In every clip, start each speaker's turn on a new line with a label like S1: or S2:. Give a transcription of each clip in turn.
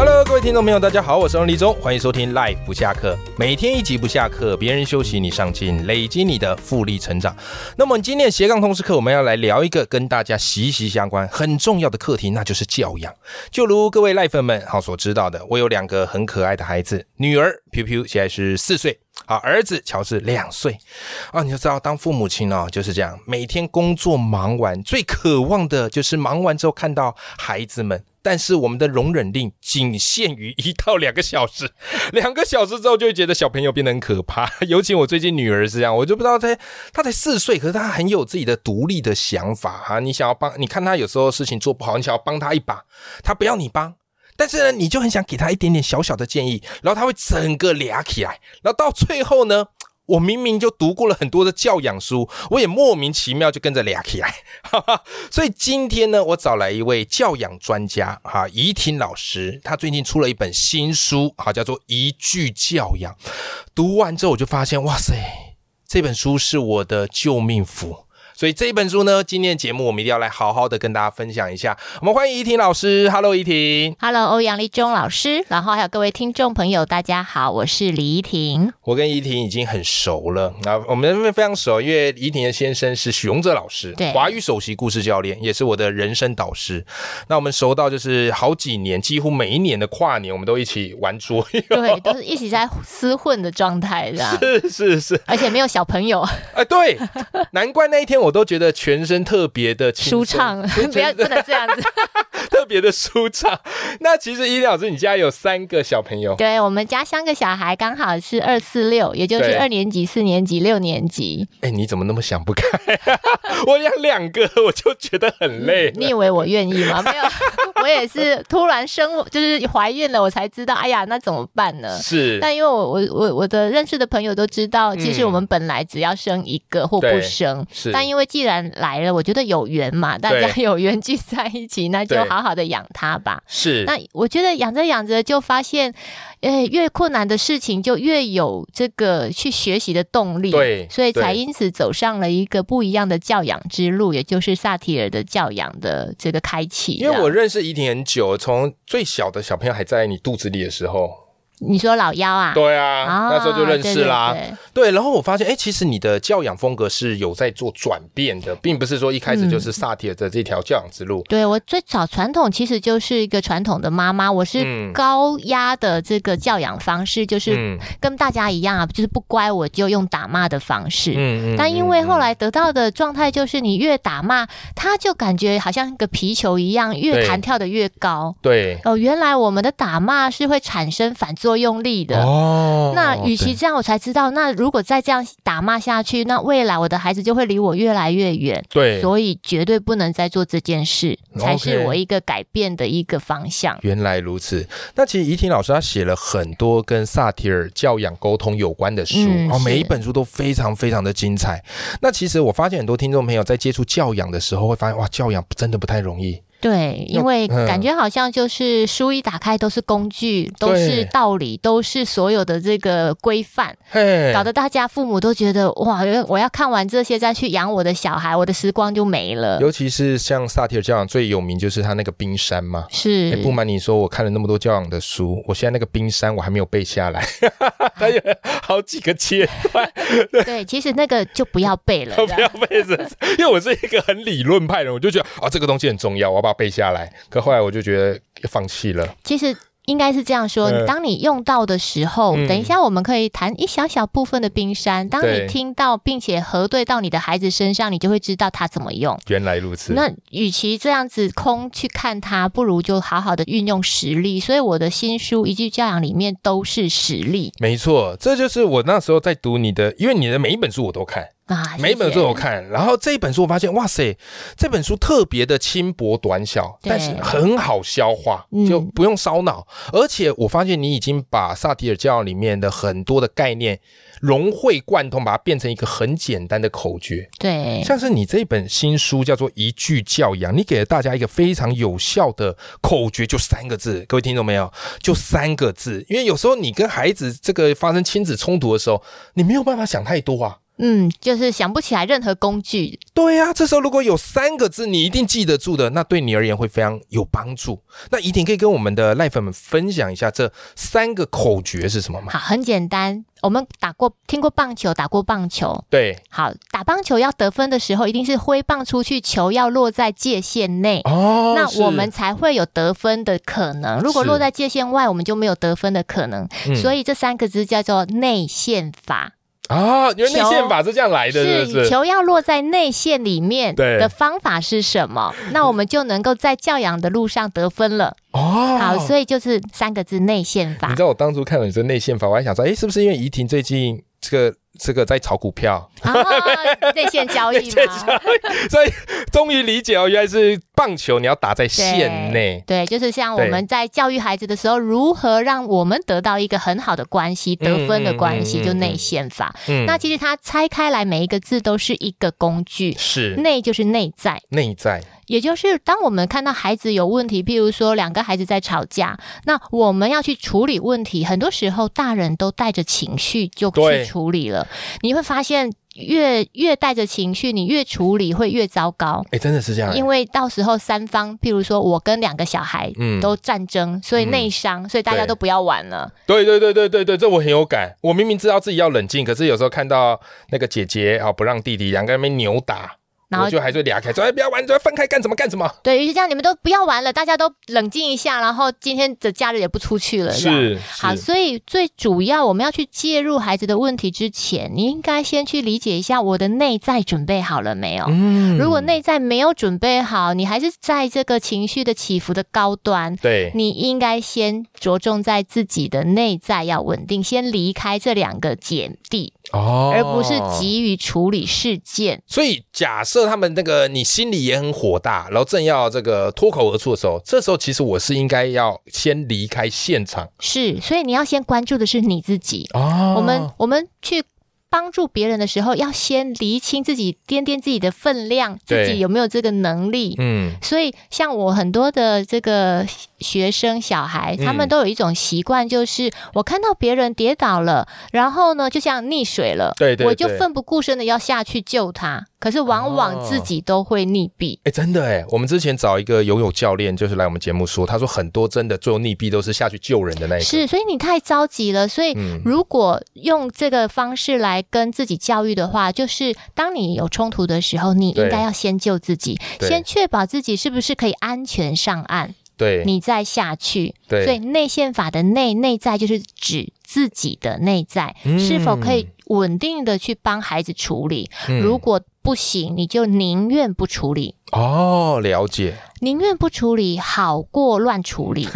S1: Hello，各位听众朋友，大家好，我是欧阳立中，欢迎收听 Life 不下课，每天一集不下课，别人休息你上进，累积你的复利成长。那么今天的斜杠通识课，我们要来聊一个跟大家息息相关、很重要的课题，那就是教养。就如各位赖粉们好所知道的，我有两个很可爱的孩子，女儿 Piu Piu 现在是四岁，啊，儿子乔治两岁。啊，你就知道当父母亲哦就是这样，每天工作忙完，最渴望的就是忙完之后看到孩子们。但是我们的容忍力仅限于一到两个小时， 两个小时之后就会觉得小朋友变得很可怕。 尤其我最近女儿是这样，我就不知道她她才四岁，可是她很有自己的独立的想法啊。你想要帮，你看她有时候事情做不好，你想要帮她一把，她不要你帮。但是呢，你就很想给她一点点小小的建议，然后她会整个俩起来，然后到最后呢，我明明就读过了很多的教养书，我也莫名其妙就跟着俩起来， 哈哈。所以今天呢，我找来一位教养专家哈、怡婷老师，她最近出了一本新书，哈、叫做《一句教养》。读完之后，我就发现，哇塞，这本书是我的救命符。所以这一本书呢，今天的节目我们一定要来好好的跟大家分享一下。我们欢迎怡婷老师，Hello，怡婷。
S2: Hello，欧阳立中老师，然后还有各位听众朋友，大家好，我是李怡婷。
S1: 我跟怡婷已经很熟了啊，我们非常熟，因为怡婷的先生是许荣哲老师，
S2: 对
S1: 华语首席故事教练，也是我的人生导师。那我们熟到就是好几年，几乎每一年的跨年，我们都一起玩桌游。
S2: 对，都是一起在厮混的状态，这 样，
S1: 是是是，
S2: 而且没有小朋友，
S1: 哎，对，难怪那一天我都觉得全身特别的 轻松
S2: 舒 畅，
S1: 全
S2: 不要
S1: 全
S2: 不能这样 子。
S1: 特别的舒畅。那其实怡婷老师，你家有三个小朋友，
S2: 对我们家三个小孩刚好是二四六，也就是
S1: 对
S2: 二年级、四年级、六年级。
S1: 哎，你怎么那么想不开、啊 我养两个，我就觉得很累。
S2: 你以为我愿意吗？没有， 我也是突然生，就是怀孕了，我才知道，哎呀，那怎么办呢？
S1: 是，
S2: 但因为我我我我的认识的朋友都知道，其实
S1: 嗯
S2: 我们本来只要生一个或不
S1: 对
S2: 生，
S1: 是
S2: 但因为既然来了，我觉得有缘嘛，大
S1: 对
S2: 家 有缘聚在一起，那就
S1: 对
S2: 好好的养它吧。
S1: 是
S2: 那我觉得养着养着就发现，呃，越困难的事情就越有这个去学习的动力，
S1: 对
S2: 所以才
S1: 对
S2: 因此走上了一个不一样的教养之路，也就是萨提尔的教养的这个开启。
S1: 因为
S2: 这
S1: 我
S2: 样
S1: 认识怡婷很久，从最小的小朋友还在你肚子里的时候，
S2: 你说老幺啊，
S1: 对啊，
S2: 啊，
S1: 那时候就认识啦。
S2: 对对对
S1: 对，然后我发现，哎，其实你的教养风格是有在做转变的，并不是说一开始就是萨提尔的这条教养之路。
S2: 对我最早传统其实就是一个传统的妈妈，我
S1: 嗯
S2: 是高压的这个教养方式，就是
S1: 嗯
S2: 跟大家一样啊，就是不乖我就用打骂的方式。
S1: 嗯
S2: 但因为后来得到的状态就是，你越打骂，他就感觉好像个皮球一样，越
S1: 对
S2: 弹跳的越高。
S1: 嗯对
S2: 哦，原来我们的打骂是会产生反作用力的。
S1: 哦
S2: 那与其
S1: 对
S2: 这样，我才知道，那如果再这样打骂下去，那未来我的孩子就会离我越来越远。
S1: 对，
S2: 所以绝对不能再做这件事，
S1: OK
S2: 才是我一个改变的一个方向。
S1: 原来如此。那其实怡婷老师她写了很多跟萨提尔教养沟通有关的书，
S2: 嗯
S1: 哦，
S2: 是
S1: 每一本书都非常非常的精彩。那其实我发现很多听众朋友在接触教养的时候，会发现哇，教养真的不太容易。
S2: 对，因为
S1: 嗯
S2: 感觉好像就是书一打开都是工具，都是道理，都是所有的这个规范，
S1: 嘿，
S2: 搞得大家父母都觉得哇，我要看完这些再去养我的小孩，我的时光就没了。
S1: 尤其是像萨提尔教养最有名就是他那个冰山嘛。
S2: 是
S1: 诶，哎不瞒你说，我看了那么多教养的书，我现在那个冰山我还没有背下来， 它有好几个阶段，
S2: 对，其实那个就 不要背了。
S1: 不要背着，因为我是一个很理论派的人，我就觉得啊这个东西很重要，我要把它背下来。可后来我就觉得放弃了。
S2: 其实应该是这样说
S1: 嗯：
S2: 当你用到的时候，
S1: 嗯
S2: 等一下我们可以谈一小小部分的冰山。当
S1: 对
S2: 你听到并且核对到你的孩子身上，你就会知道他怎么用。
S1: 原来如此，
S2: 那与其这样子空去看它，不如就好好的运用实力。所以我的新书《一句教养》里面都是实力。
S1: 没错，这就是我那时候在读你的，因为你的每一本书我都看，
S2: 啊，
S1: 每一本
S2: 谢
S1: 都
S2: 谢
S1: 有看，然后这一本书我发现，哇塞，这本书特别的轻薄短小，
S2: 对
S1: 但是很好消化
S2: 嗯，
S1: 就不用烧脑。而且我发现你已经把萨提尔教里面的很多的概念融会贯通，把它变成一个很简单的口诀。
S2: 对，
S1: 像是你这本新书叫做《一句教养》，你给了大家一个非常有效的口诀，就三个字。各位听懂没有？就三个字。因为有时候你跟孩子这个发生亲子冲突的时候，你没有办法想太多啊。
S2: 嗯，就是想不起来任何工具，
S1: 对呀、这时候如果有三个字你一定记得住的，那对你而言会非常有帮助。那怡婷可以跟我们的赖粉们分享一下这三个口诀是什么吗？
S2: 好，很简单。我们打过听过棒球，打过棒球。
S1: 对，
S2: 好，打棒球要得分的时候，一定是挥棒出去，球要落在界限内。
S1: 哦，
S2: 那
S1: 是
S2: 我们才会有得分的可能。如果
S1: 是
S2: 落在界限外，我们就没有得分的可能。
S1: 嗯
S2: 所以这三个字叫做内线法，
S1: 啊，原来内线法是这样来的，是不是？
S2: 球要落在内线里面
S1: 对
S2: 的方法是 什么？那我们就能够在教养的路上得分了。
S1: 哦，
S2: 好，所以就是三个字内线
S1: 你
S2: 法
S1: 知。道我当初看了你这内线法，我还想说，哎，是不是因为怡婷最近这个这个在炒股票，
S2: 啊， 内线交易嘛，
S1: 所以终于理解哦，原来是棒球你要打在线内。
S2: 对，就是像我
S1: 对
S2: 们在教育孩子的时候，如何让我们得到一个很好的关系、得分的关系，
S1: 嗯嗯嗯
S2: 就
S1: 嗯
S2: 内线法。
S1: 嗯
S2: 那其实它拆开来，每一个字都是一个工具。
S1: 是
S2: 内就是内在，
S1: 内在
S2: 也就是当我们看到孩子有问题，譬如说两个孩子在吵架，那我们要去处理问题，很多时候大人都带着情绪就去
S1: 对
S2: 处理了，你会发现越越带着情绪，你越处理会越糟糕。
S1: 哎，真的是这样，
S2: 因为到时候三方，譬如说我跟两个小孩
S1: 嗯
S2: 都战争，所以内伤，所以大家
S1: 对
S2: 都不要玩了。
S1: 对对对对对对，这我很有感。我明明知道自己要冷静，可是有时候看到那个姐姐啊不让弟弟，两个人没扭打，
S2: 然后
S1: 我就还是俩开说，哎，不要玩，就要分开干什么干什么？
S2: 对，于是这样，你们都不要玩了，大家都冷静一下，然后今天的假日也不出去了。这样
S1: 是
S2: 好，
S1: 是，
S2: 所以最主要我们要去介入孩子的问题之前，你应该先去理解一下我的内在准备好了没有。
S1: 嗯
S2: 如果内在没有准备好，你还是在这个情绪的起伏的高端，
S1: 对
S2: 你应该先着重在自己的内在要稳定，先离开这两个姐弟，
S1: 哦
S2: 而不是。急于处理事件。
S1: 所以假设他们那个你心里也很火大，然后正要这个脱口而出的时候，这时候其实我是应该要先离开现场
S2: 是，所以你要先关注的是你自己。
S1: 哦
S2: 我们我们去帮助别人的时候，要先厘清自己，掂掂自己的分量，自
S1: 对
S2: 己有没有这个能力。
S1: 嗯
S2: 所以，像我很多的这个学生小孩，
S1: 嗯
S2: 他们都有一种习惯，就是我看到别人跌倒了，然后呢，就像溺水了，
S1: 对对
S2: 我就
S1: 对
S2: 奋不顾身的要下去救他，可是往往
S1: 哦
S2: 自己都会溺毙。
S1: 哎、真的哎，我们之前找一个游泳教练，就是来我们节目说，他说很多真的最后溺毙都是下去救人的那一个，
S2: 是，所以你太着急了，所以
S1: 嗯，
S2: 如果用这个方式来跟自己教育的话，就是当你有冲突的时候，你应
S1: 对
S2: 该要先救自己，
S1: 对
S2: 先确保自己是不是可以安全上岸，
S1: 对，
S2: 你再下去。
S1: 对，
S2: 所以内宪法的内内在就是指自己的内在、
S1: 嗯
S2: 是否可以稳定的去帮孩子处理。
S1: 嗯
S2: 如果不行，你就宁愿不处理。
S1: 哦，了解，
S2: 宁愿不处理好过乱处 理，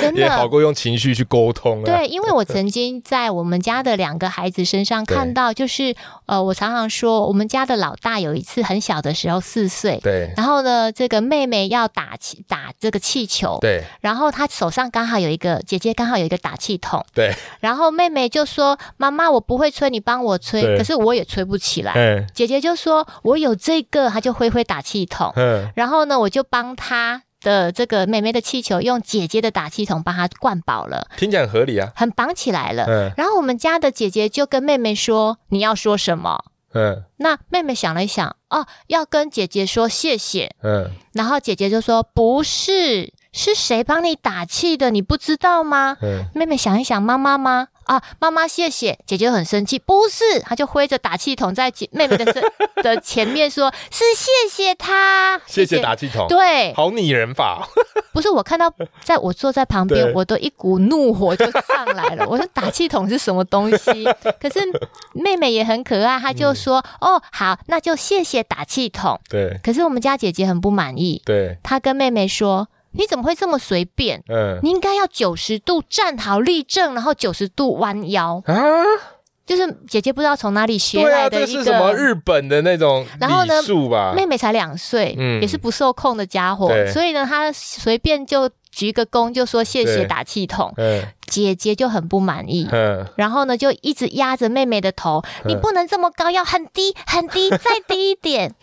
S2: 真的
S1: 也好过用情绪去沟通啊。，
S2: 对，因为我曾经在我们家的两个孩子身上看
S1: 对
S2: 到，就是呃，我常常说，我们家的老大有一次很小的时候四岁，
S1: 对，
S2: 然后呢，这个妹妹要打气打这个气球，
S1: 对，
S2: 然后她手上刚好有一个姐姐刚好有一个打气筒，
S1: 对，
S2: 然后妹妹就说：“妈妈，我不会吹，你帮我吹。”
S1: 对
S2: 可是我也吹不起来。
S1: 嗯
S2: 姐姐就说：“我有这个。”她就挥挥打气 筒，
S1: 嗯，
S2: 然后呢，我就帮她。的这个妹妹的气球用姐姐的打气筒帮她灌饱了，
S1: 听起来很合理啊。
S2: 很绑起来了。
S1: 嗯
S2: 然后我们家的姐姐就跟妹妹说：“你要说什么
S1: 嗯？”
S2: 那妹妹想了一想，哦，要跟姐姐说谢谢。
S1: 嗯，
S2: 然后姐姐就说：“不是，是谁帮你打气的？你不知道吗？”
S1: 嗯
S2: 妹妹想一想，妈妈吗？啊，妈妈谢谢。姐姐很生气，不是，她就挥着打气筒在姐妹妹 的身的前面说：“是谢谢她，
S1: 谢谢打气筒，
S2: 对，
S1: 好拟人法哦。
S2: 不是我看到，在我坐在旁边
S1: 对，
S2: 我都一股怒火就上来 了。我说打气筒是什么东西？可是妹妹也很可爱，她就说：“
S1: 嗯
S2: 哦，好，那就谢谢打气筒。
S1: 对”
S2: 可是我们家姐姐很不满意，
S1: 对，
S2: 她跟妹妹说：“你怎么会这么随便？
S1: 嗯
S2: 你应该要九十度站好立正，然后九十度弯腰。
S1: 啊，”
S2: 就是姐姐不知道从哪里学
S1: 对啊，
S2: 来
S1: 这个
S2: 的一
S1: 是什么
S2: 个。
S1: 日本的那种
S2: 然后
S1: 礼
S2: 呢
S1: 数吧？
S2: 妹妹才两岁，
S1: 嗯
S2: 也是不受控的家伙
S1: 对，
S2: 所以呢，她随便就鞠个躬，就说谢
S1: 对
S2: 谢打气筒。
S1: 嗯
S2: 姐姐就很不满意，
S1: 嗯，
S2: 然后呢，就一直压着妹妹的头，
S1: 嗯
S2: 你不能这么高，要很低 很低，再低一点。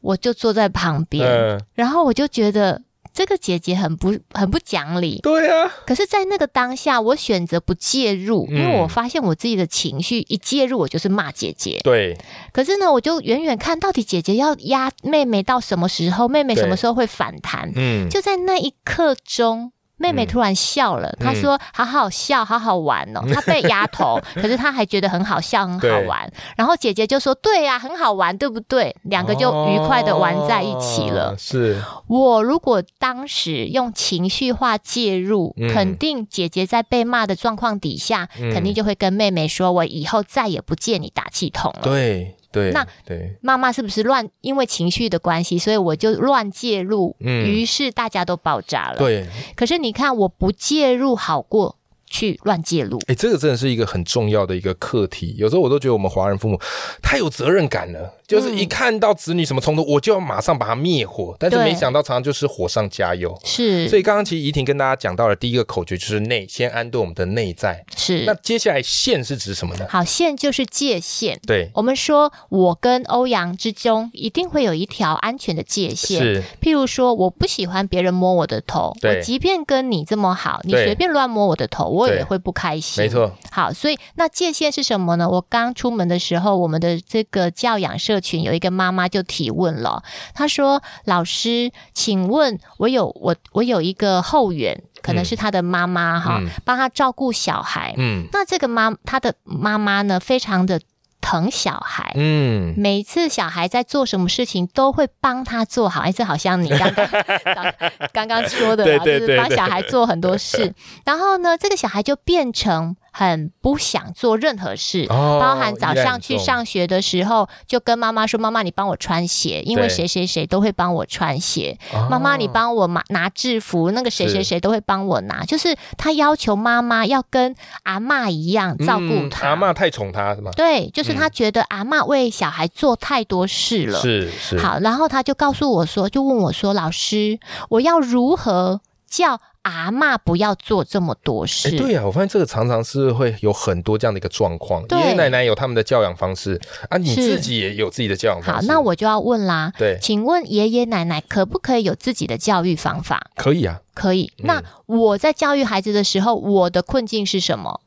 S2: 我就坐在旁边，
S1: 嗯，
S2: 然后我就觉得这个姐姐很不很不讲理。
S1: 对啊，
S2: 可是，在那个当下，我选择不介入，因为
S1: 嗯
S2: 我发现我自己的情绪一介入，我就是骂姐姐。
S1: 对，
S2: 可是呢，我就远远看到底姐姐要压妹妹到什么时候，妹妹
S1: 对
S2: 什么时候会反弹。
S1: 嗯，
S2: 就在那一刻钟，妹妹
S1: 嗯
S2: 突然笑了，她说：“好好笑，好 好玩哦。”她被压头，可是她还觉得很好笑，很好玩。然后姐姐就说：“对呀、很好玩，对不对？”两个就愉快的玩在一起了
S1: 哦。是，
S2: 我如果当时用情绪化介入，
S1: 嗯
S2: 肯定姐姐在被骂的状况底下，
S1: 嗯
S2: 肯定就会跟妹妹说：“我以后再也不借你打气筒了。”
S1: 对对，
S2: 那
S1: 对，
S2: 妈妈是不是乱？因为情绪的关系，所以我就乱介入，
S1: 嗯
S2: 于是大家都爆炸了。
S1: 对，
S2: 可是你看，我不介入好过去乱介入。
S1: 哎，这个真的是一个很重要的一个课题。有时候我都觉得我们华人父母太有责任感了，
S2: 嗯
S1: 就是一看到子女什么冲突，我就要马上把它灭火，但是
S2: 对
S1: 没想到常常就是火上加油。所
S2: 是
S1: 以刚刚其实怡婷跟大家讲到的第一个口诀就是内，先安顿我们的内在。那
S2: 是，
S1: 接下来线是指什么呢？
S2: 好线就是界限。
S1: 对，
S2: 我们说，我跟欧阳之中一定会有一条安全的界限。
S1: 是，
S2: 譬如说，我不喜欢别人摸我的头，
S1: 对
S2: 我即便跟你这么好，你
S1: 对
S2: 随便乱摸我的头，我
S1: 对
S2: 也会不开心。
S1: 没错，
S2: 好，所以那界限是什么呢？我刚出门的时候，我们的这个教养社群有一个妈妈就提问了，她说：“老师，请问我有我我有一个后援，可能是她的妈妈哈，
S1: 嗯
S2: 帮她照顾小孩。
S1: 嗯
S2: 那这个妈她的妈妈呢，非常的疼小孩。
S1: 嗯，
S2: 每次小孩在做什么事情，都会帮他做好。哎，这好像你刚刚 刚刚刚说的啦，
S1: 对对
S2: 就
S1: 对
S2: 是帮
S1: 对
S2: 小孩做很多事。然后呢，这个小孩就变成很不想做任何事。
S1: 哦
S2: 包含早上去，
S1: 依然很重
S2: 上学的时候，就跟妈妈说：“妈妈，你帮我穿鞋，因为
S1: 对
S2: 谁谁谁都会帮我穿鞋。妈妈，你
S1: 哦
S2: 帮我拿拿制服，那个谁谁
S1: 是
S2: 谁都会帮我拿。”就是他要求妈妈要跟阿嬷一样照顾
S1: 嗯
S2: 他。
S1: 阿嬷太宠他是吗？
S2: 对，就是
S1: 嗯
S2: 他觉得阿嬷为小孩做太多事了。
S1: 是是，
S2: 好，然后他就告诉我说，就问我说，老师，我要如何叫阿嬷不要做这么多
S1: 哎，
S2: 事？
S1: 对呀、我发现这个常常是会有很多这样的一个状况。
S2: 对
S1: 爷爷奶奶有他们的教养方式啊，你
S2: 是
S1: 自己也有自己的教养方
S2: 好，
S1: 式。
S2: 那我就要问啦，
S1: 对
S2: 请问爷爷奶奶可不可以有自己的教育方法？
S1: 可以啊。
S2: 可以。那我在教育孩子的时候，我的困境是什么？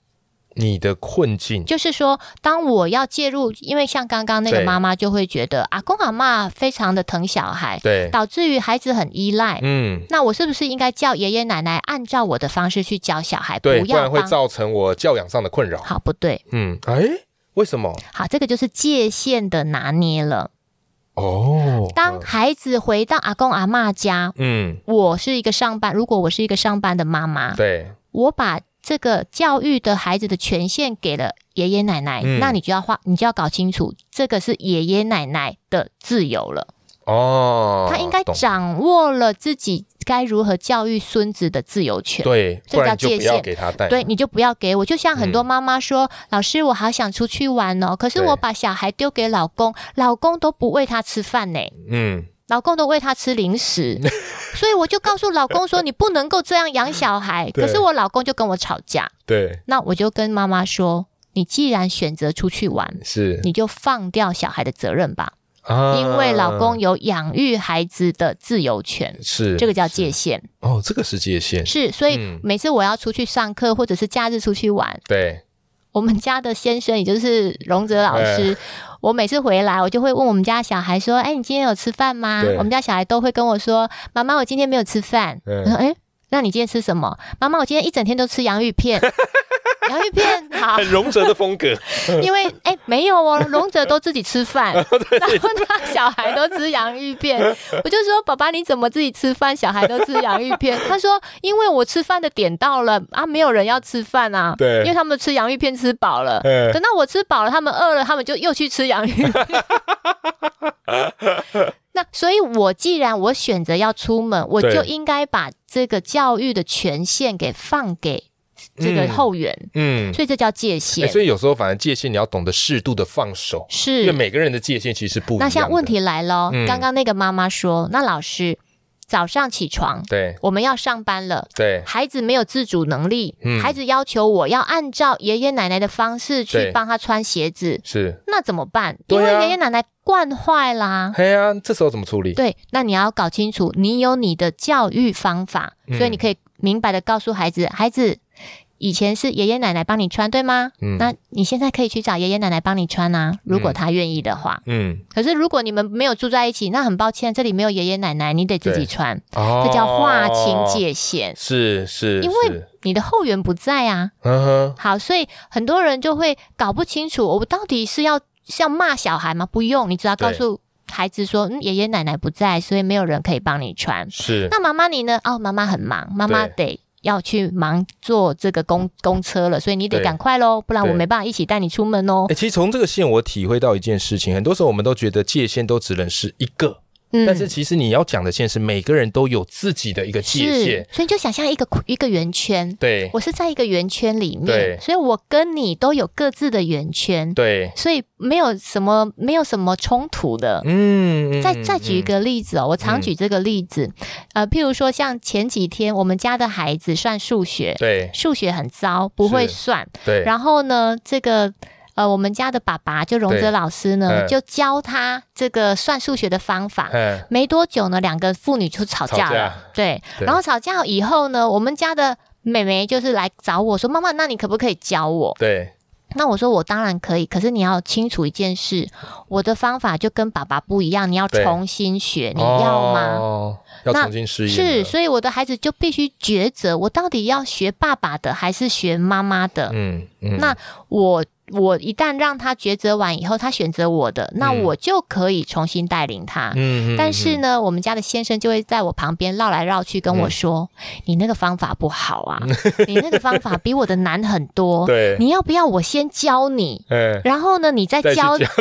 S1: 你的困境，
S2: 就是说，当我要介入，因为像刚刚那个
S1: 对
S2: 妈妈就会觉得阿公阿嬷非常的疼小孩，
S1: 对，
S2: 导致于孩子很依赖。
S1: 嗯，
S2: 那我是不是应该叫爷爷奶奶按照我的方式去教小孩，不
S1: 对，不
S2: 要
S1: 然会
S2: 帮？
S1: 造成我教养上的困扰。
S2: 好，不对，
S1: 嗯，哎，为什么？
S2: 好，这个就是界限的拿捏了。
S1: 哦，
S2: 当孩子回到阿公阿嬷家，
S1: 嗯，
S2: 我是一个上班，如果我是一个上班的妈妈，
S1: 对，
S2: 我把这个教育的孩子的权限给了爷爷奶奶，
S1: 嗯
S2: 那你就要画，你就要搞清楚，这个是爷爷奶奶的自由了，
S1: 哦，
S2: 他应该
S1: 懂
S2: 掌握了自己该如何教育孙子的自由权。
S1: 对，
S2: 这
S1: 不然
S2: 叫
S1: 你就不
S2: 界
S1: 要
S2: 限
S1: 给他带。
S2: 对，你就不要给我。就像很多妈妈说：“老师，我好想出去玩哦，可是
S1: 嗯对
S2: 我把小孩丢给老公，老公都不喂他吃饭呢，
S1: 嗯，
S2: 老公都喂他吃零 食。”所以我就告诉老公说：“你不能够这样养小孩。”
S1: 对
S2: 可是我老公就跟我吵架，
S1: 对，
S2: 那我就跟妈妈说：“你既然选择出去玩。”
S1: 是，
S2: 你就放掉小孩的责任吧，
S1: 嗯啊
S2: 因为老公有养育孩子的自由权，
S1: 是
S2: 这个叫界
S1: 是
S2: 限。
S1: 哦，这个是界限，
S2: 是，所以
S1: 嗯
S2: 每次我要出去上课，或者是假日出去玩，
S1: 对，
S2: 我们家的先生，也就是荣哲老师，
S1: 哎
S2: 我每次回来，我就会问我们家小孩说：“哎，你今天有吃饭吗
S1: 对？”
S2: 我们家小孩都会跟我说：“妈妈，我今天没有吃饭。”
S1: 嗯
S2: 我说：“哎，那你今天吃什么？”妈妈，我今天一整天都吃洋芋 片。洋芋片 好，
S1: 很容哲的风 格，
S2: 因为哎、没有哦，荣哲都自己 吃饭，然后他小孩都吃洋芋片，我就说爸爸你怎么自己吃饭，小孩都吃洋芋片？他说因为我吃饭的点到了啊，没有人要吃饭啊，
S1: 对
S2: 因为他们吃洋芋片吃饱了，
S1: 嗯
S2: 等到我吃饱了，他们饿了，他们就又去吃洋芋 片。那所以，我既然我选择要出门，我
S1: 对
S2: 就应该把这个教育的权限给放给这个
S1: 嗯
S2: 后援，
S1: 嗯，
S2: 所以这叫界
S1: 哎
S2: 限。
S1: 所以有时候反正界限你要懂得适度的放手，因为
S2: 是。
S1: 每个人的界限其实不一样的。
S2: 那像问题来了，
S1: 嗯
S2: 刚刚那个妈妈说，那老师早上起床，
S1: 对
S2: 我们要上班了。
S1: 对
S2: 孩子没有自主能力，
S1: 嗯
S2: 孩子要求我要按照爷爷奶奶的方
S1: 对
S2: 式去帮他穿鞋子，
S1: 是，
S2: 那怎么办？因
S1: 对
S2: 为
S1: 啊
S2: 爷爷奶奶惯坏啦。
S1: 嘿呀、这时候怎么处理？
S2: 对，那你要搞清楚，你有你的教育方法，所以
S1: 嗯
S2: 你可以明白的告诉孩子，孩子以前是爷爷奶奶帮你穿，对吗？
S1: 嗯
S2: 那你现在可以去找爷爷奶奶帮你穿啊，如
S1: 嗯
S2: 果他愿意的话。
S1: 嗯，
S2: 可是如果你们没有住在一起，那很抱歉，这里没有爷爷奶奶，你得自
S1: 对
S2: 己穿，
S1: 哦
S2: 这叫划清，界限。
S1: 是是，是
S2: 因为你的后援不在啊，
S1: 嗯哼，
S2: 好，所以很多人就会搞不清楚，我到底是要是要骂小孩吗？不用，你只要告诉孩子说，嗯，爷爷奶奶不在，所以没有人可以帮你穿。
S1: 是
S2: 那妈妈你呢？哦，妈妈很忙，妈妈得要去忙坐这个公公车了，所以你得
S1: 对
S2: 赶快喽，不然
S1: 对
S2: 我没办法一起带你出门哦
S1: 哎、。其实从这个线我体会到一件事情，很多时候我们都觉得界限都只能是一个，
S2: 嗯
S1: 但是其实你要讲的线是每个人都有自己的一个界限
S2: 是，，所以你就想象一个一个圆圈，
S1: 对
S2: 我是在一个圆圈里
S1: 对
S2: 面，所以我跟你都有各自的圆圈，
S1: 对，
S2: 所以没有什么没有什么冲突的。
S1: 嗯，
S2: 再再举一
S1: 嗯，
S2: 个例子哦，我常
S1: 嗯
S2: 举这个例子，呃，譬如说像前几天我们家的孩子算数学，
S1: 嗯对
S2: 数学很糟，不会
S1: 是
S2: 算。
S1: 对，
S2: 然后呢，这个呃，我们家的爸爸就荣
S1: 对
S2: 哲老师呢，
S1: 嗯
S2: 就教他这个算数学的方法。
S1: 嗯，
S2: 没多久呢，两个妇女就吵架
S1: 吵
S2: 了。
S1: 架
S2: 对，
S1: 对
S2: 然后吵架以后呢，我们家的妹妹就是来找我说：“妈妈，那你可不可以教我？”
S1: 对
S2: 那我说我当然可以，可是你要清楚一件事，我的方法就跟爸爸不一样，你要
S1: 对
S2: 重新学，你要吗？
S1: 哦、要
S2: 那
S1: 重新适应
S2: 是，
S1: 了，
S2: 所以我的孩子就必须抉择，我到底要学爸爸的还是学妈妈的？
S1: 嗯嗯，
S2: 那我我一旦让他抉择完以后，他选择我的，那
S1: 嗯
S2: 我就可以重新带领他。
S1: 嗯，嗯
S2: 但是
S1: 嗯
S2: 呢，我们家的先生就会在我旁边绕来绕去跟我说：“你那个方法不好 啊，你那个方法比我的难很多。
S1: 对，
S2: 你要不要我先教你？”
S1: 嗯，
S2: 然后呢，你再
S1: 再去
S2: 教
S1: 教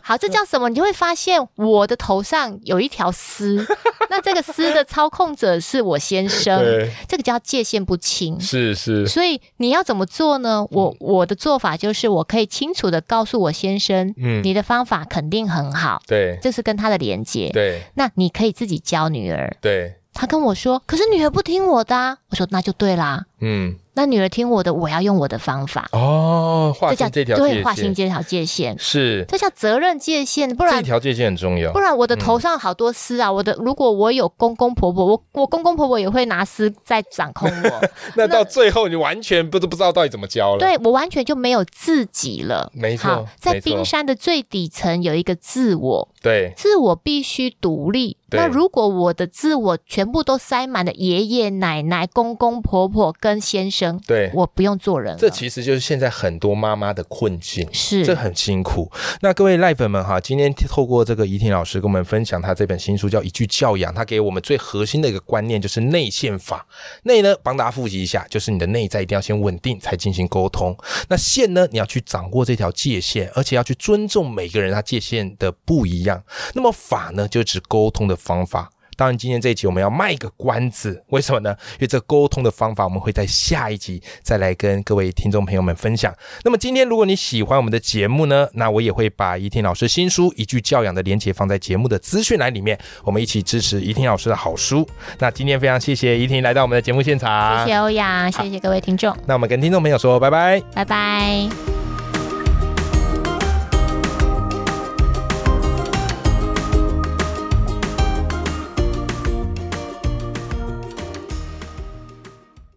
S2: 好，这叫什么？你就会发现我的头上有一 条丝，那这个丝的操控者是我先生，
S1: 对，
S2: 这个叫界限不清。
S1: 是嗯是，
S2: 所以你要怎么做呢？我我的做法就是，我可以清楚的告诉我先生，
S1: 嗯，
S2: 你的方法肯定很好，
S1: 对
S2: 这是跟他的连接。
S1: 对
S2: 那你可以自己教女儿。
S1: 对，
S2: 他跟我说，可是女儿不听我的、啊。我说那就对啦，
S1: 嗯，
S2: 那女儿听我的，我要用我的方法。
S1: 哦，划
S2: 这叫
S1: 清这条
S2: 对
S1: 界
S2: 划清
S1: 限，
S2: 这条界限，
S1: 是
S2: 这叫责任界限，不
S1: 这
S2: 然
S1: 条界限很重要
S2: 不，然我的
S1: 嗯
S2: 头上好多丝啊！我的如果我有公公婆婆，我我公公婆婆也会拿丝在掌控 我，
S1: 那到最后你完全不知不知道到底怎么教了，，
S2: 对我完全就没有自己了。
S1: 没
S2: 好
S1: 错，，
S2: 在
S1: 没错
S2: 冰山的最底层有一个自我，
S1: 对
S2: 自我必须独立。
S1: 对
S2: 那如果我的自我全部都塞满了爷爷奶奶、公公婆婆跟先生，
S1: 对，
S2: 我不用做人了。
S1: 这其实就是现在很多妈妈的困境。这
S2: 是
S1: 很辛苦。那各位赖粉们哈，今天透过这个怡婷老师跟我们分享她这本新书叫《一句教养》，她给我们最核心的一个观念就是内线法。内呢，帮大家复习一下，就是你的内在一定要先稳定，才进行沟通。那线呢，你要去掌握这条界限，而且要去尊重每个人他界限的不一样。那么法呢，就是指沟通的方法。当然，今天这一集我们要卖一个关子，为什么呢？因为这沟通的方法，我们会在下一集再来跟各位听众朋友们分享。那么今天如果你喜欢我们的节目呢，那我也会把怡婷老师新书《一句教养》的连结放在节目的资讯栏里面，我们一起支持怡婷老师的好书。那今天非常谢谢怡婷来到我们的节目现场，
S2: 谢谢欧阳，谢谢各位听众，
S1: 那我们跟听众朋友说拜拜。
S2: 拜拜。